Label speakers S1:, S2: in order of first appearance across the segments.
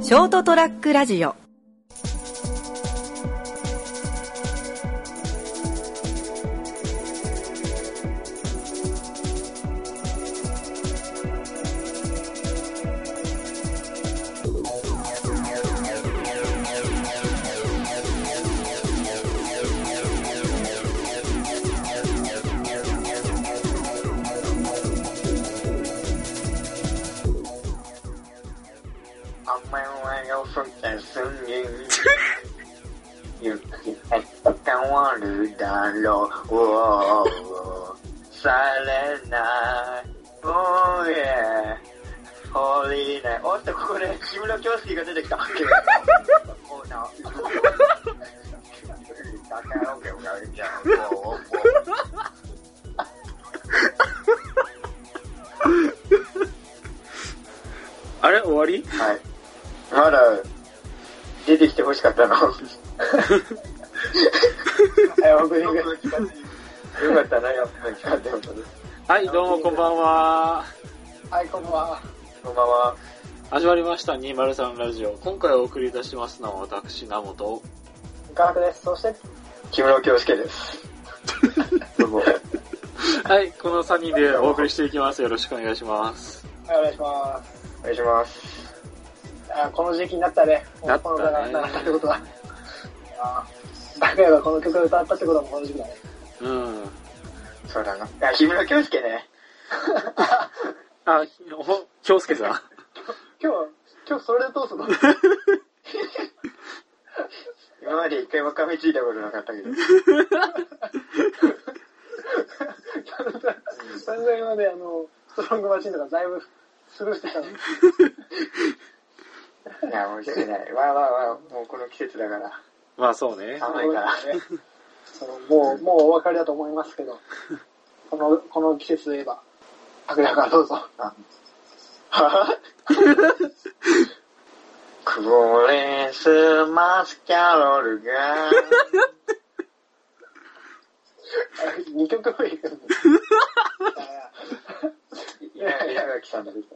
S1: ショートトラックラジオ
S2: お前はよそ休み。雪が変わるだろう。されない。おーえ。降りない。おっと、ここで木村京介が出てきた。おーな。だからオッケーオッケーオッケーおーおーおー
S3: あれ終わり
S2: はい。まだ、出てきて欲しかったの。 はい、オープニング。よかったな、やっぱり聞かってことです。
S3: はい、どうもこんばんは。
S2: はい、こんばんは。こんばんは。
S3: 始まりました、203ラジオ。今回お送りいたしますのは私、名本。
S2: ガラクです。そして、木村京介 です。どうも。お
S3: はい、この3人でお送りしていきます。よろしくお願いします。
S4: はい、お願いします。
S2: 願いします。
S4: あこの時期になったね。
S3: なったね
S4: この歌がなったってことは。あ拓也がこの曲を歌ったってことはもうこの時期だね。
S3: うん。
S2: そうだな。あ、木村京介ね。
S3: あ、ほ、京介 さん。
S4: 今日、今日それで 通すの
S2: 今まで一回も噛みついたことなかった けど。
S4: 散々今まであの、ストロングマシンとかだいぶスルーしてたの
S2: い
S4: に。
S2: や、面白いね。わあわあわあ、もうこの季節だから。
S3: まあそうね。
S2: 寒いから。
S4: そのもう、もうお分かりだと思いますけど、この、この季節といえば、拓也からどうぞ。
S2: クリスマスキャロルが。
S4: 2曲目いくんで。
S2: 稲垣さんだけど。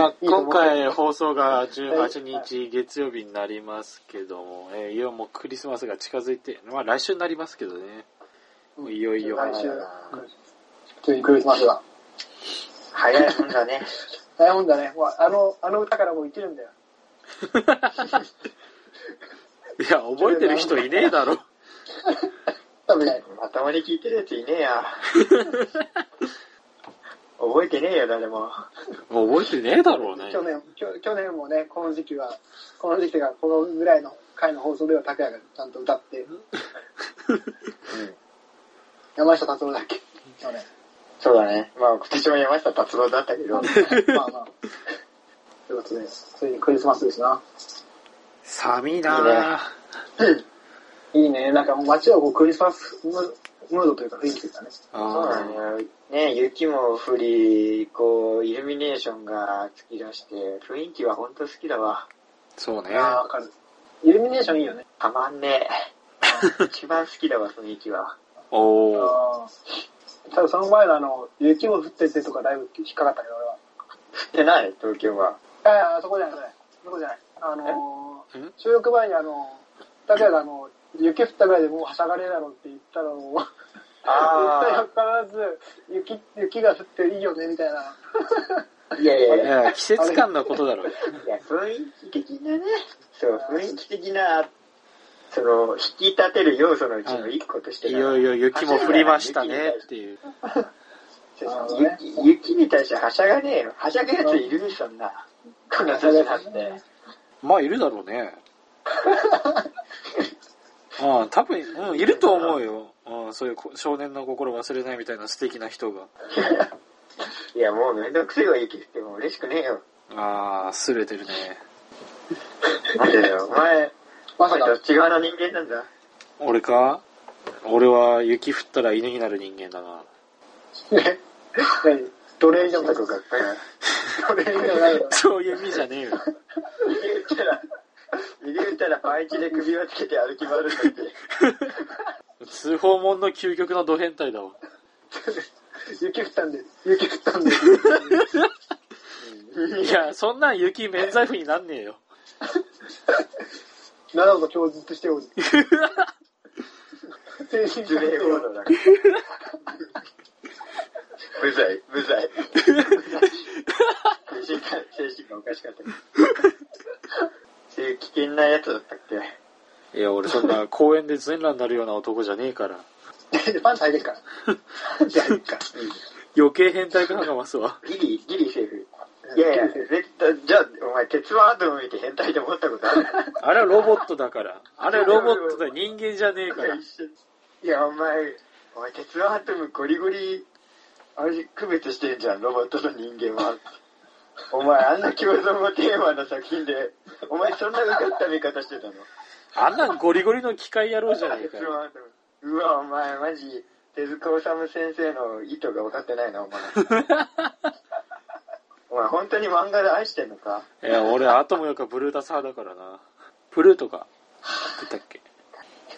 S3: まあ、今回放送が18日月曜日になりますけども、えー、いよいよもうクリスマスが近づいて、まあ来週になりますけどね。もういよいよ。
S4: 来週、ついにクリスマスが。
S2: 早いもんだね。
S4: 大本だね。もうあの、あの歌からもういけるんだよ。
S3: いや、覚えてる人いねえだろ。
S4: 多分ね、
S2: まともに聞いてるやついねえや。覚えてねえよ、誰も。
S3: もう覚えてねえだろうね。
S4: 去年、きょ去年もね、この時期は、この時期というか、このぐらいの回の放送では、拓也がちゃんと歌って、
S2: うん。
S4: 山下達郎だっけ去
S2: そうだね。まあ、今年も山下達郎だったけど。
S4: 年。まあまあ。ということで、ついにクリスマスですな。
S3: 寒いなあ
S4: いいね、なんかもう街はこうクリスマスムムードというか雰囲気だね。
S2: そう
S3: あ
S2: だね。ね雪も降り、こう、イルミネーションが突き出して、雰囲気はほんと好きだわ。
S3: そうね。
S4: ああ、わかる。イルミネーションいいよね。
S2: たまんねえ。一番好きだわ、その雪 は。
S3: おー。
S4: ああ。ただその前のあの、雪も降っててとかだいぶ引っかかったけど、俺は。
S2: 降ってない東京は。
S4: いやいや、そこじゃない、それ。そこじゃない。あの
S3: えん
S4: ー、収録前にあのー、拓也があの、雪降ったぐらいでもうはしゃがれるだろうって言ったのを、
S2: あ
S4: 絶対必ず、雪、雪が降っていいよね、みたいな。
S2: いやいやい
S3: い
S2: や。
S3: や、季節感のことだ ろ。
S2: いや、雰囲気的なね。そう、雰囲気的な、その、引き立てる要素のうちの一個として
S3: い
S2: だ
S3: よいよ雪も降りましたねっていう。
S2: 雪雪に対してはしゃがねえよ。はしゃぐやついるでそんな。こんな年なんて。
S3: まあ、いるだろう ね。ああ、多分、うん、いると思うよ。うん、そういうこ少年の心忘れないみたいな素敵な人が。
S2: いや、もうめんどくせえわ、雪降っても嬉しくねえよ。
S3: ああ、すれてるね。
S2: なんでだよ。お前、お
S4: まさ
S2: 前
S4: か
S2: ど、っち側の人間なんだ。
S3: 俺か俺は雪降ったら犬になる人間だな。
S4: ね何
S2: 奴隷じゃん、僕が。
S4: それじゃないよ。
S3: そういう意味じゃねえよ。
S2: 右打ったら、右打ったらパンイチで首輪つけて歩き回るんだって。
S3: 通報門の究極のド変態だわ。
S4: 雪降ったんで、雪降ったんで。
S3: いや、そんなん雪免罪符になんねえよ。
S4: などと供述しており。精神
S2: 呪
S4: 鑑定
S2: 霊ボードだから。無罪、無罪。精神科、精神がおかしかった。そういう危険なやつだったっけ
S3: いや、俺そんな公園で全裸になるような男じゃねえから。
S4: パンツ履いてるから。
S2: じゃあ、いいか。
S3: 余計変態感が増すわ。
S2: ギリ、ギリセーフ。いやいや、絶対、じゃあ、お前、鉄腕アトム見て変態と思ったことある
S3: あれはロボットだから。あれはロボットだ。人間じゃねえか ら。
S2: いや、お前、お前、鉄腕アトムゴリゴリ、あれ、区別してんじゃん、ロボットと人間は。 お前、あんな共存をテーマの作品で、お前、そんな受かった見方して たの
S3: あんなんゴリゴリの機械野郎じゃねえ
S2: 鉄腕
S3: かよ。
S2: アトム。うわ、お前、マジ、手塚治虫先生の意図が分かってないな、 お前。お前、本当に漫画で愛してんの か
S3: いや、俺アトムよりかブルータス派だからな。プルーとか、出たっけ。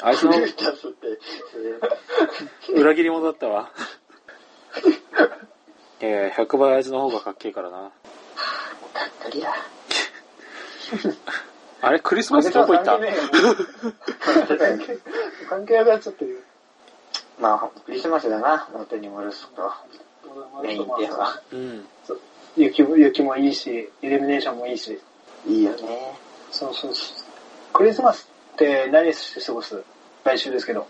S3: あいつ
S2: フ
S3: の
S2: ルータスって、
S3: 裏切り者だったわ。いやいや、100倍あいつの方がかっけえからな。
S2: がっかりだ。
S3: あれ、クリスマスどこ行った
S4: 関係ねえよ関係なくなっちゃってるよ。
S2: まあ、クリスマスだな、元に戻すと。メインテーマ。
S3: うん。
S4: 雪も、雪もいいし、イルミネーションもいいし。
S2: いいよね。
S4: そうそうそう。クリスマスって何して過ごす来週ですけど。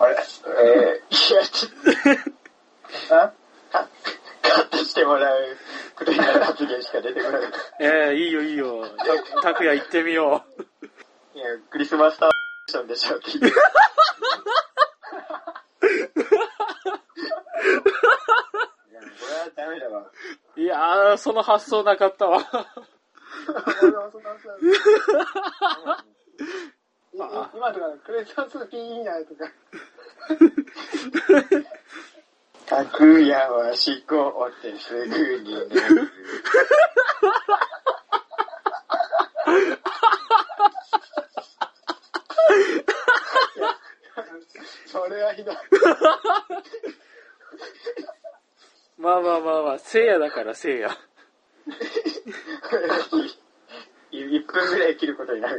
S2: あれえー、いや、ちょっと、
S4: あ
S2: カカットしてもらうことになる発言しか出てこなかっ
S3: ええいいよいいよ。たたくや行ってみよう。
S2: た。いや、クリスマスターションでしょって言って。いやこれはダメだわ。
S3: いやー、その発想なかったわ。
S4: 俺もそんな話なんだい今とかクリスマスピーナーとか。
S2: 拓也は思考ってすぐに寝る。
S4: それはひどい。
S3: まあまあまあまあ、せいやだからせいや。
S2: 1分ぐらい切ることになる。
S3: う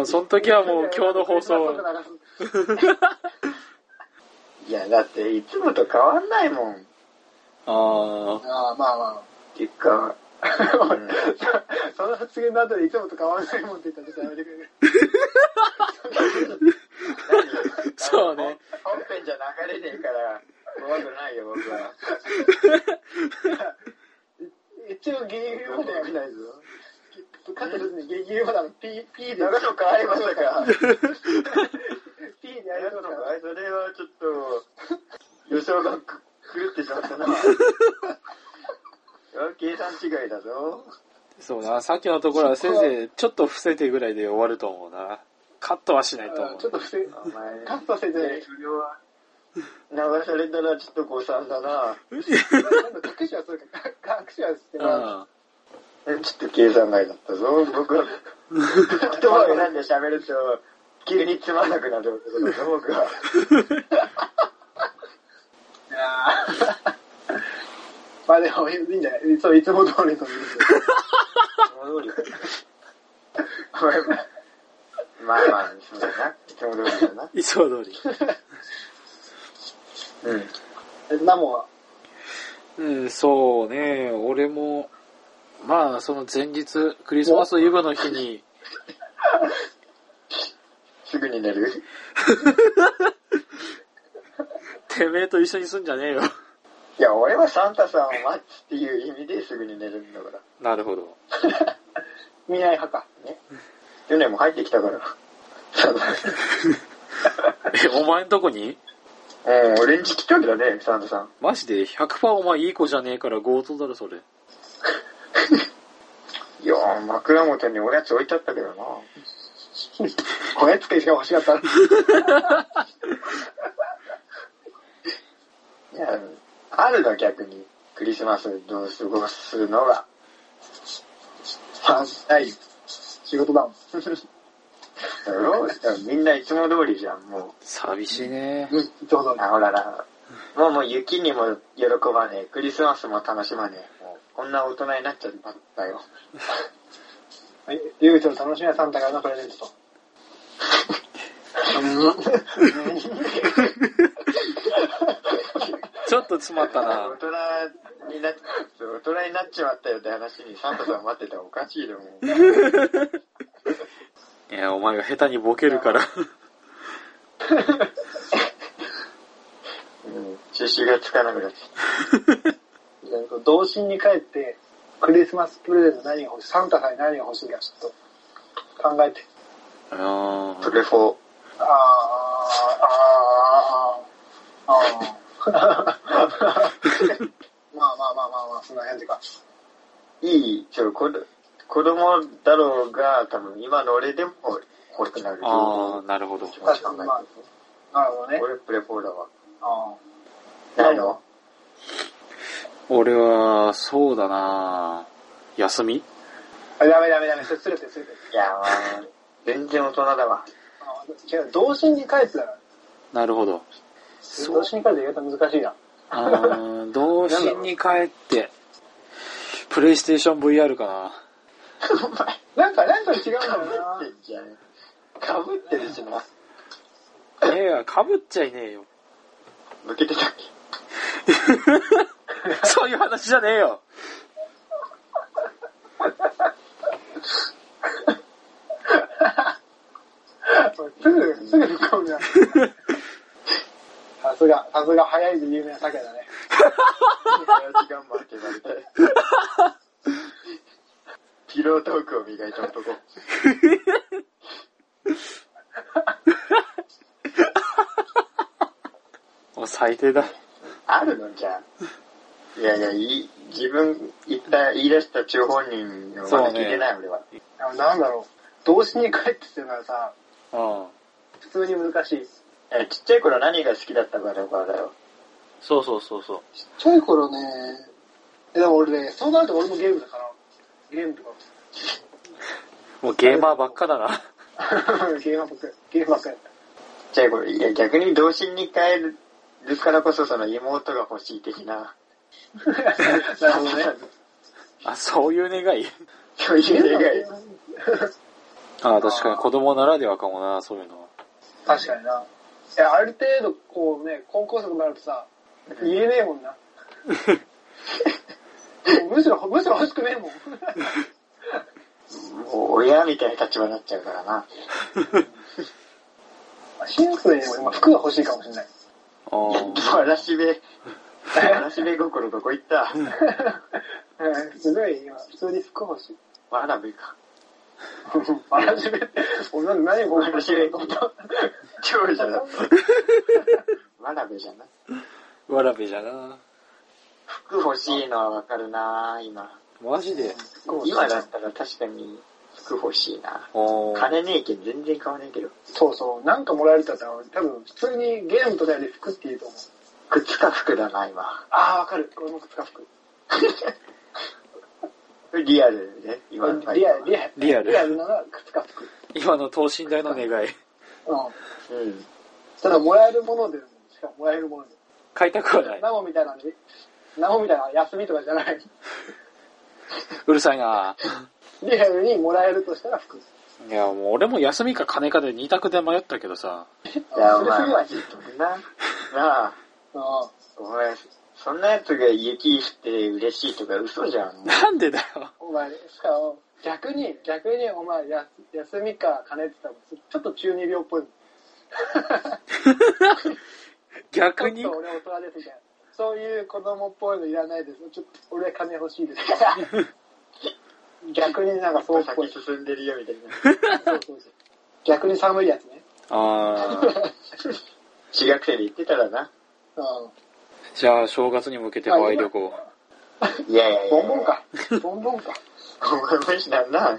S3: んその時はもう今日の放送
S4: クリス
S3: は、
S4: マスとか流す
S2: いや、だっていつもと変わんないもん。っ
S3: あ
S4: ああ、まあまあ。
S2: ていうか、 うん
S4: その発言の後でいつもと変わらないもんって言ったらちょっとやめてくれる。
S3: そうね。
S2: 本編じゃ流れねえから、怖くないよ、僕は。
S4: 一応ギリギリまでやめないぞ。カットせずにギリギリまであのピー、ピーで。
S2: 長野か、あいまさか。
S4: ピーでや
S2: 長
S4: る
S2: 野
S4: と
S2: か
S4: か。、
S2: それはちょっと、予想が狂ってしまった な。計算違いだぞ。
S3: そうな、さっきのところはせいぜいちょっと伏せてぐらいで終わると思うな。カットはしないと思
S4: ちょ
S3: う。
S4: っと不正。
S2: お前、
S4: カットせずに。
S2: それは、流されたらちょっと誤算だな。
S4: なんだ隠しはするか。隠しはして
S3: う
S4: な。
S3: ん。
S2: ちょっと計算外だったぞ。僕は、言葉を選んで喋ると、急につまんなくなるってことだぞ、僕は。
S4: いやーまあでも、いいんじゃないそう、いつも通りと思う
S2: 戻る。 まあまあ、そうだな。いつも通りだな。
S3: いつも通り。
S2: うん。
S4: んですよ。ナモは。
S3: うん、そうね、俺も、まあ、その前日、クリスマスイブの日に、
S2: すぐに寝る
S3: てめえと一緒にすんじゃねえよ。
S2: いや、俺はサンタさんを待つっていう意味ですぐに寝るんだから。
S3: なるほど。
S4: 見ない派か。
S2: ね。ヨネも入ってきたから。 そうだね
S3: え、お前んとこに
S2: うん、俺んち来たんだね、サンタさん。
S3: マジで100%お前いい子じゃねえから強盗だろ、それ。
S2: いやー、枕元におやつ置いてあったけどな。
S4: おやつけしか欲しかった。
S2: いや、あるの逆に。クリスマスどう過ごすのが。
S4: まあ、ない。仕事だもん。
S2: だろだからみんないつも通りじゃん、も
S3: 寂しいね。
S4: うんいつも通
S2: う。あ、ほらら。もうもう雪にも喜ばねえ、クリスマスも楽しまねえ。もうこんな大人になっちゃったよ。
S4: はい唯一の楽しみはサンタからのプレゼントと。
S3: ちょっと詰まった
S2: 大
S3: な。
S2: 人になっ、大人になっちまったよって話にサンタさん待ってたらおかしいでもう。
S3: いや、お前が下手にボケる から。
S2: うん、収集がつかなくなっちゃっ
S4: じゃあ童心に帰って、クリスマスプレゼント何が欲しい、サンタさんに何が欲しいかちょっと考えて。
S3: あ
S2: た。
S3: ー
S2: トレフォー。
S4: あー、あー、あー、あ ー。まあまあまあまあまあ、その辺でか。
S2: いい、ちょ、これ子供だろうが、多分今の俺でも欲しくなる。
S3: あー、なるほど。
S4: 確かにまあ、なるほどね。
S2: 俺プレフォーだわ。
S4: あ
S2: ないの
S3: 俺は、そうだな休み
S4: ーあダメダメダメ、それすれてすれて。
S2: いや、まあ、全然大人だわ。
S4: あー違う、童心に帰ってたら、
S3: なるほど。
S4: 童心に帰って言うと難しいな。
S3: あ ー童心に帰って、プレイステーション VR かな。
S4: なんか、なんか違うんだよ
S2: か
S4: な
S2: ぶっ。てんじゃん。かぶってるしな。
S3: いやいや、かぶっちゃいねえよ。
S2: 抜けてたっけ
S3: そういう話じゃねえよ。
S4: すぐ、すぐ突っ込むじ ゃん。さすが、さすが早いで有名な酒だね。
S2: 早時間もって言われて。ピロートークを磨いた男。
S3: もう最低だ。
S2: あるのじゃあ。いやいや、いい自分言った、言い出した中本人のまだ聞いてない、俺は。
S4: あのなんだろう。童心に帰ってっていうのはさ、
S3: うん。
S4: 普通に難しい。
S2: えちっちゃい頃何が好きだったかとかだよ。
S3: そうそうそうそう。
S4: ちょい頃ね、えでも俺ね、そうなると俺もゲームだから、ゲームとか、
S3: もうゲーマーばっかだな。
S4: ゲームばっかり、ゲームばっかり。
S2: ちっちゃい頃、いや、逆に童心に帰る。からこそその妹が欲しい的な。
S4: なるほどね。
S3: あ、そういう願い
S2: そういう願い。
S3: ああ、確かに子供ならではかもな、そういうのは。
S4: 確かにな。いや、ある程度、こうね、高校生になるとさ、言えねえもん な。もうむしろ、むしろ欲しくねえもん。
S2: もう親みたいな立場になっちゃうからな。
S4: シンクでも今服が欲しいかもしれない。
S3: あ
S2: わらしべ、わらしべ心どこ行った
S4: うんすごい今、普通に服欲 しい。
S2: わらべか。
S4: わらしべって、俺なん何
S2: わ
S4: こ
S2: ら
S4: れ
S2: しべこと。長女だ。わらべじゃない。
S3: あ、わらべじゃな。
S2: 服欲しいのはわかるな今。
S3: マジで。
S2: 今だったら確かに服欲しいな
S3: おー
S2: 金ねえけん全然買わねえけど。
S4: そうそう、なんかもらえるとさ、多分普通にゲームとかより服っていいと思う。
S2: 靴か服だな、今。
S4: ああ、わかる。俺も靴か服。
S2: リアルで、今。
S4: リアル、リアル。
S3: リアル
S4: リアルなら靴か服。
S3: 今の等身大の願 い。
S4: うん。
S2: うん。
S4: ただもらえるもので、しかももらえるもので。
S3: 買いたくはない。
S4: ナモみたいなね、ナモみたいな休みとかじゃない。
S3: うるさいな。
S4: リアルにもらえるとしたら 服。
S3: いや、もう俺も休みか金かで二択で迷ったけどさ。
S2: いや、お
S4: それす
S2: 前、
S4: ごい
S2: マジでな。なあ、
S4: うん。
S2: お前、そんなやつが雪降って嬉しいとか嘘じゃん。
S3: なんでだよ。
S4: お前、しかも、逆に、逆に、お前、や休みか金って言ったら、ちょっと中二病っぽいもん。
S3: 逆に
S4: ちょっと俺大人ですみたいな。そういう子供っぽいのいらないです。ちょっと俺金欲しい です。逆になんかそうっぽ
S2: 先
S4: い。そう
S2: 進んでるよ、みたいな。
S4: そうそう逆に寒いやつね。
S3: ああ。
S2: 中学生で言ってたらな。
S4: うん。
S3: じゃあ、正月に向けてハワイ旅行。
S2: いやいやいや。
S4: ボンボン。か。ボンボンか。
S2: ボンボン無視なんな。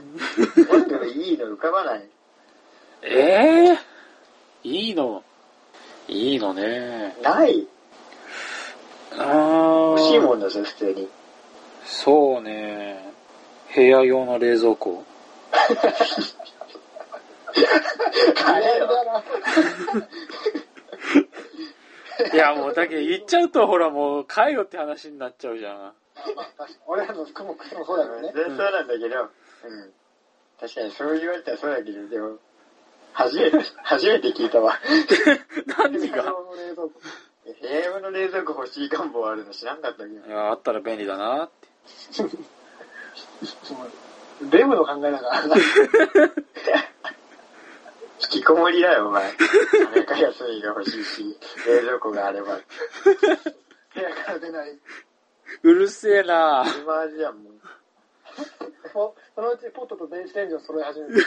S2: 俺でもいいの浮かばない。
S3: ええいいの。いいのね。
S2: ない。
S3: あ
S2: 欲
S3: あ。
S2: しいもんだぜ、普通に。
S3: そうね。部屋用の冷蔵庫。
S4: あれだな。
S3: いや、もう、だけど言っちゃうと、ほら、もう、帰よって話になっちゃうじゃん。
S4: まあ確かに俺らの服も靴もそうだよね
S2: 全。然そうなんだけど、うん。確かにそう言われたらそうだけど、でも、初めて、 初めて聞いたわ。
S3: 何
S4: 家
S3: が
S4: 用の冷蔵庫
S2: 部屋用の冷蔵庫欲しい願望あるの知らんかったけど
S3: い。や、あったら便利だなって。
S4: ちょっとデブの考えだ から。
S2: 引きこもりだよ、お前。金か休みが欲しいし、冷蔵庫があれば。
S4: 部屋から出ない。
S3: うるせえな
S2: 今じゃもう。
S4: もうそのうちポットと電子レンジを揃え始める。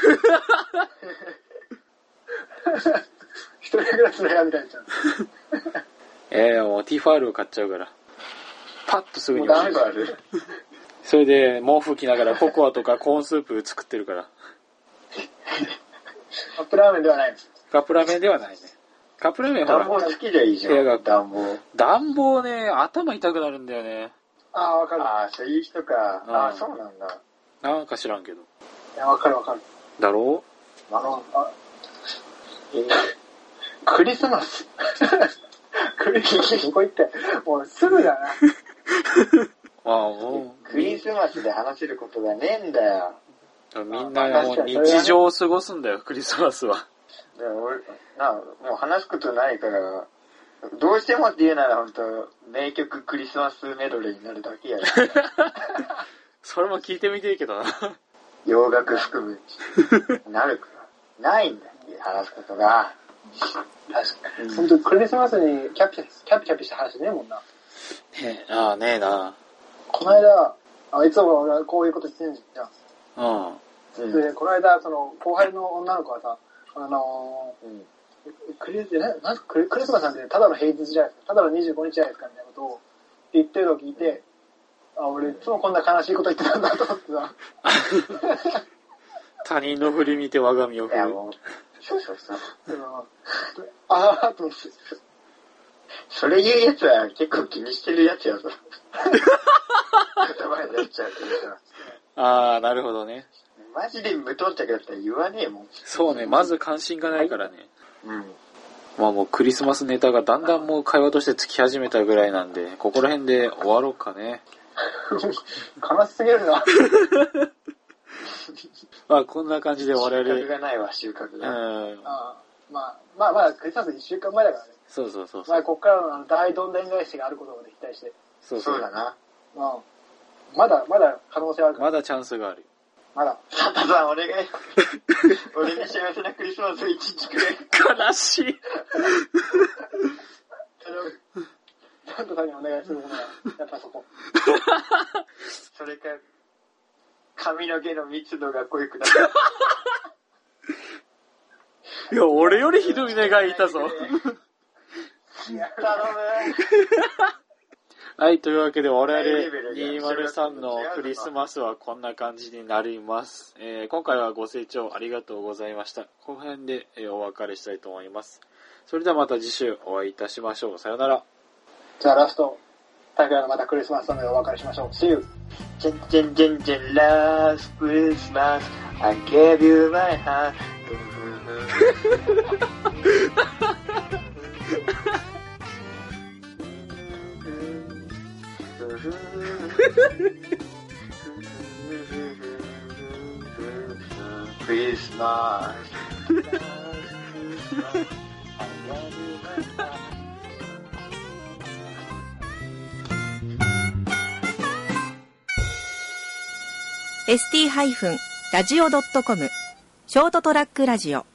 S4: 一人暮らしの部屋みたいになっちゃ
S3: ええもう T ファールを買っちゃうから。パッとすぐ
S4: も
S3: に
S4: う。ダメ
S2: 何
S4: だ
S2: ある
S3: それで、毛布着ながらココアとかコーンスープ作ってるから。
S4: う。アップラーメンではないです。
S3: カップラーメンではないね。カップラーメンほ
S2: 暖
S3: ら、
S2: 房好きじゃいいじゃ
S3: 部屋
S2: ん。
S3: が
S2: 暖房。
S3: 暖房ね、頭痛くなるんだよね。
S4: ああ、わかる。
S2: ああ、そういう人か。
S3: うん
S2: ああ、そうなんだ。
S3: なんか知らんけど。
S4: いや、わかるわかる。
S3: だろ
S4: あの、あ
S2: えー
S4: クリスマ ス。クリスマス、ここ行って、もうすぐだな。
S3: うああ、もう、
S2: クリスマスで話せることがねえんだよ。
S3: みんなもう日常を過ごすんだよ、クリスマスは。
S2: でも俺、なあ、もう話すことないから、どうしてもって言うなら本当名曲クリスマスメドレーになるだけやよ。
S3: それも聞いてみていいけどな。
S2: 洋楽含む。なるか。ないんだって、話すことが。
S4: 確かに。本当にクリスマスにキャピキャピ、キャピキャピした話ねえもんな。
S3: ねえ、 ああ、ねえな。
S4: この間、あいつも俺はこういうことしてんじゃん。
S3: うん。
S2: うん。
S4: で、この間、その、後輩の女の子はさ、あの
S2: うん
S4: ークリス、ななんすかクリクリスマスなんてただの平日じゃないですか、ただの25日じゃないですか、みたいなことを言ってるのを聞いて、あ、俺いつもこんな悲しいこと言ってたんだと思ってさ、
S3: 他人の振り見て我が身を
S2: い
S3: 振
S2: や
S3: る。
S2: もう、そうそうそう。
S4: そのあーっと思って、
S2: それ言うやつは結構気にしてるやつやぞ。言葉になっちゃうけどさ。
S3: ああ、なるほどね。
S2: マジで無頓着だったら言わねえもん。
S3: そうね、まず関心がないからね。
S2: うん。
S3: まあもうクリスマスネタがだんだんもう会話としてつき始めたぐらいなんで、ここら辺で終わろうかね。
S4: 悲しすぎるな。
S3: まあこんな感じで我
S2: 収穫
S3: 々、
S2: がないわ、収穫が。
S3: うん、
S4: あーまあ、まあまあ、クリスマス1週間前だからね。
S3: そうそうそう
S4: ま
S3: そ
S4: あ、
S3: う。
S4: こっからのあの大どんでん返しがあることまで期待して、
S3: そうそ
S2: そうだ
S3: う。
S2: な。
S4: まあ、まだ、まだ可能性あるから、
S3: まだチャンスがある。
S4: まだ。
S2: サタさん、お願い。 俺に幸せなクリスマスを一日くれ。
S3: 悲しい。
S4: ちゃんとさんにお願いするのが、やっぱそこ。
S2: それか、髪の毛の密度が濃いくなった。
S3: いや、俺よりひどい願いいたぞ。
S2: 頼
S3: はい、というわけで我
S2: ハイレベルじ
S3: 々
S2: ゃん
S3: 203のクリスマスはこんな感じになります。えー今回はご清聴ありがとうございました。この辺で、えーお別れしたいと思います。それではまた次週お会いいたしましょう。さよなら。
S4: じゃあラスト、タクヤのまたクリスマスソングでお別れしましょう。See you!
S2: む。ジェンジェンジェンジェン、last Christmas, I gave you my heart. クリスマス。
S1: ST-radio.com ショートトラックラジオ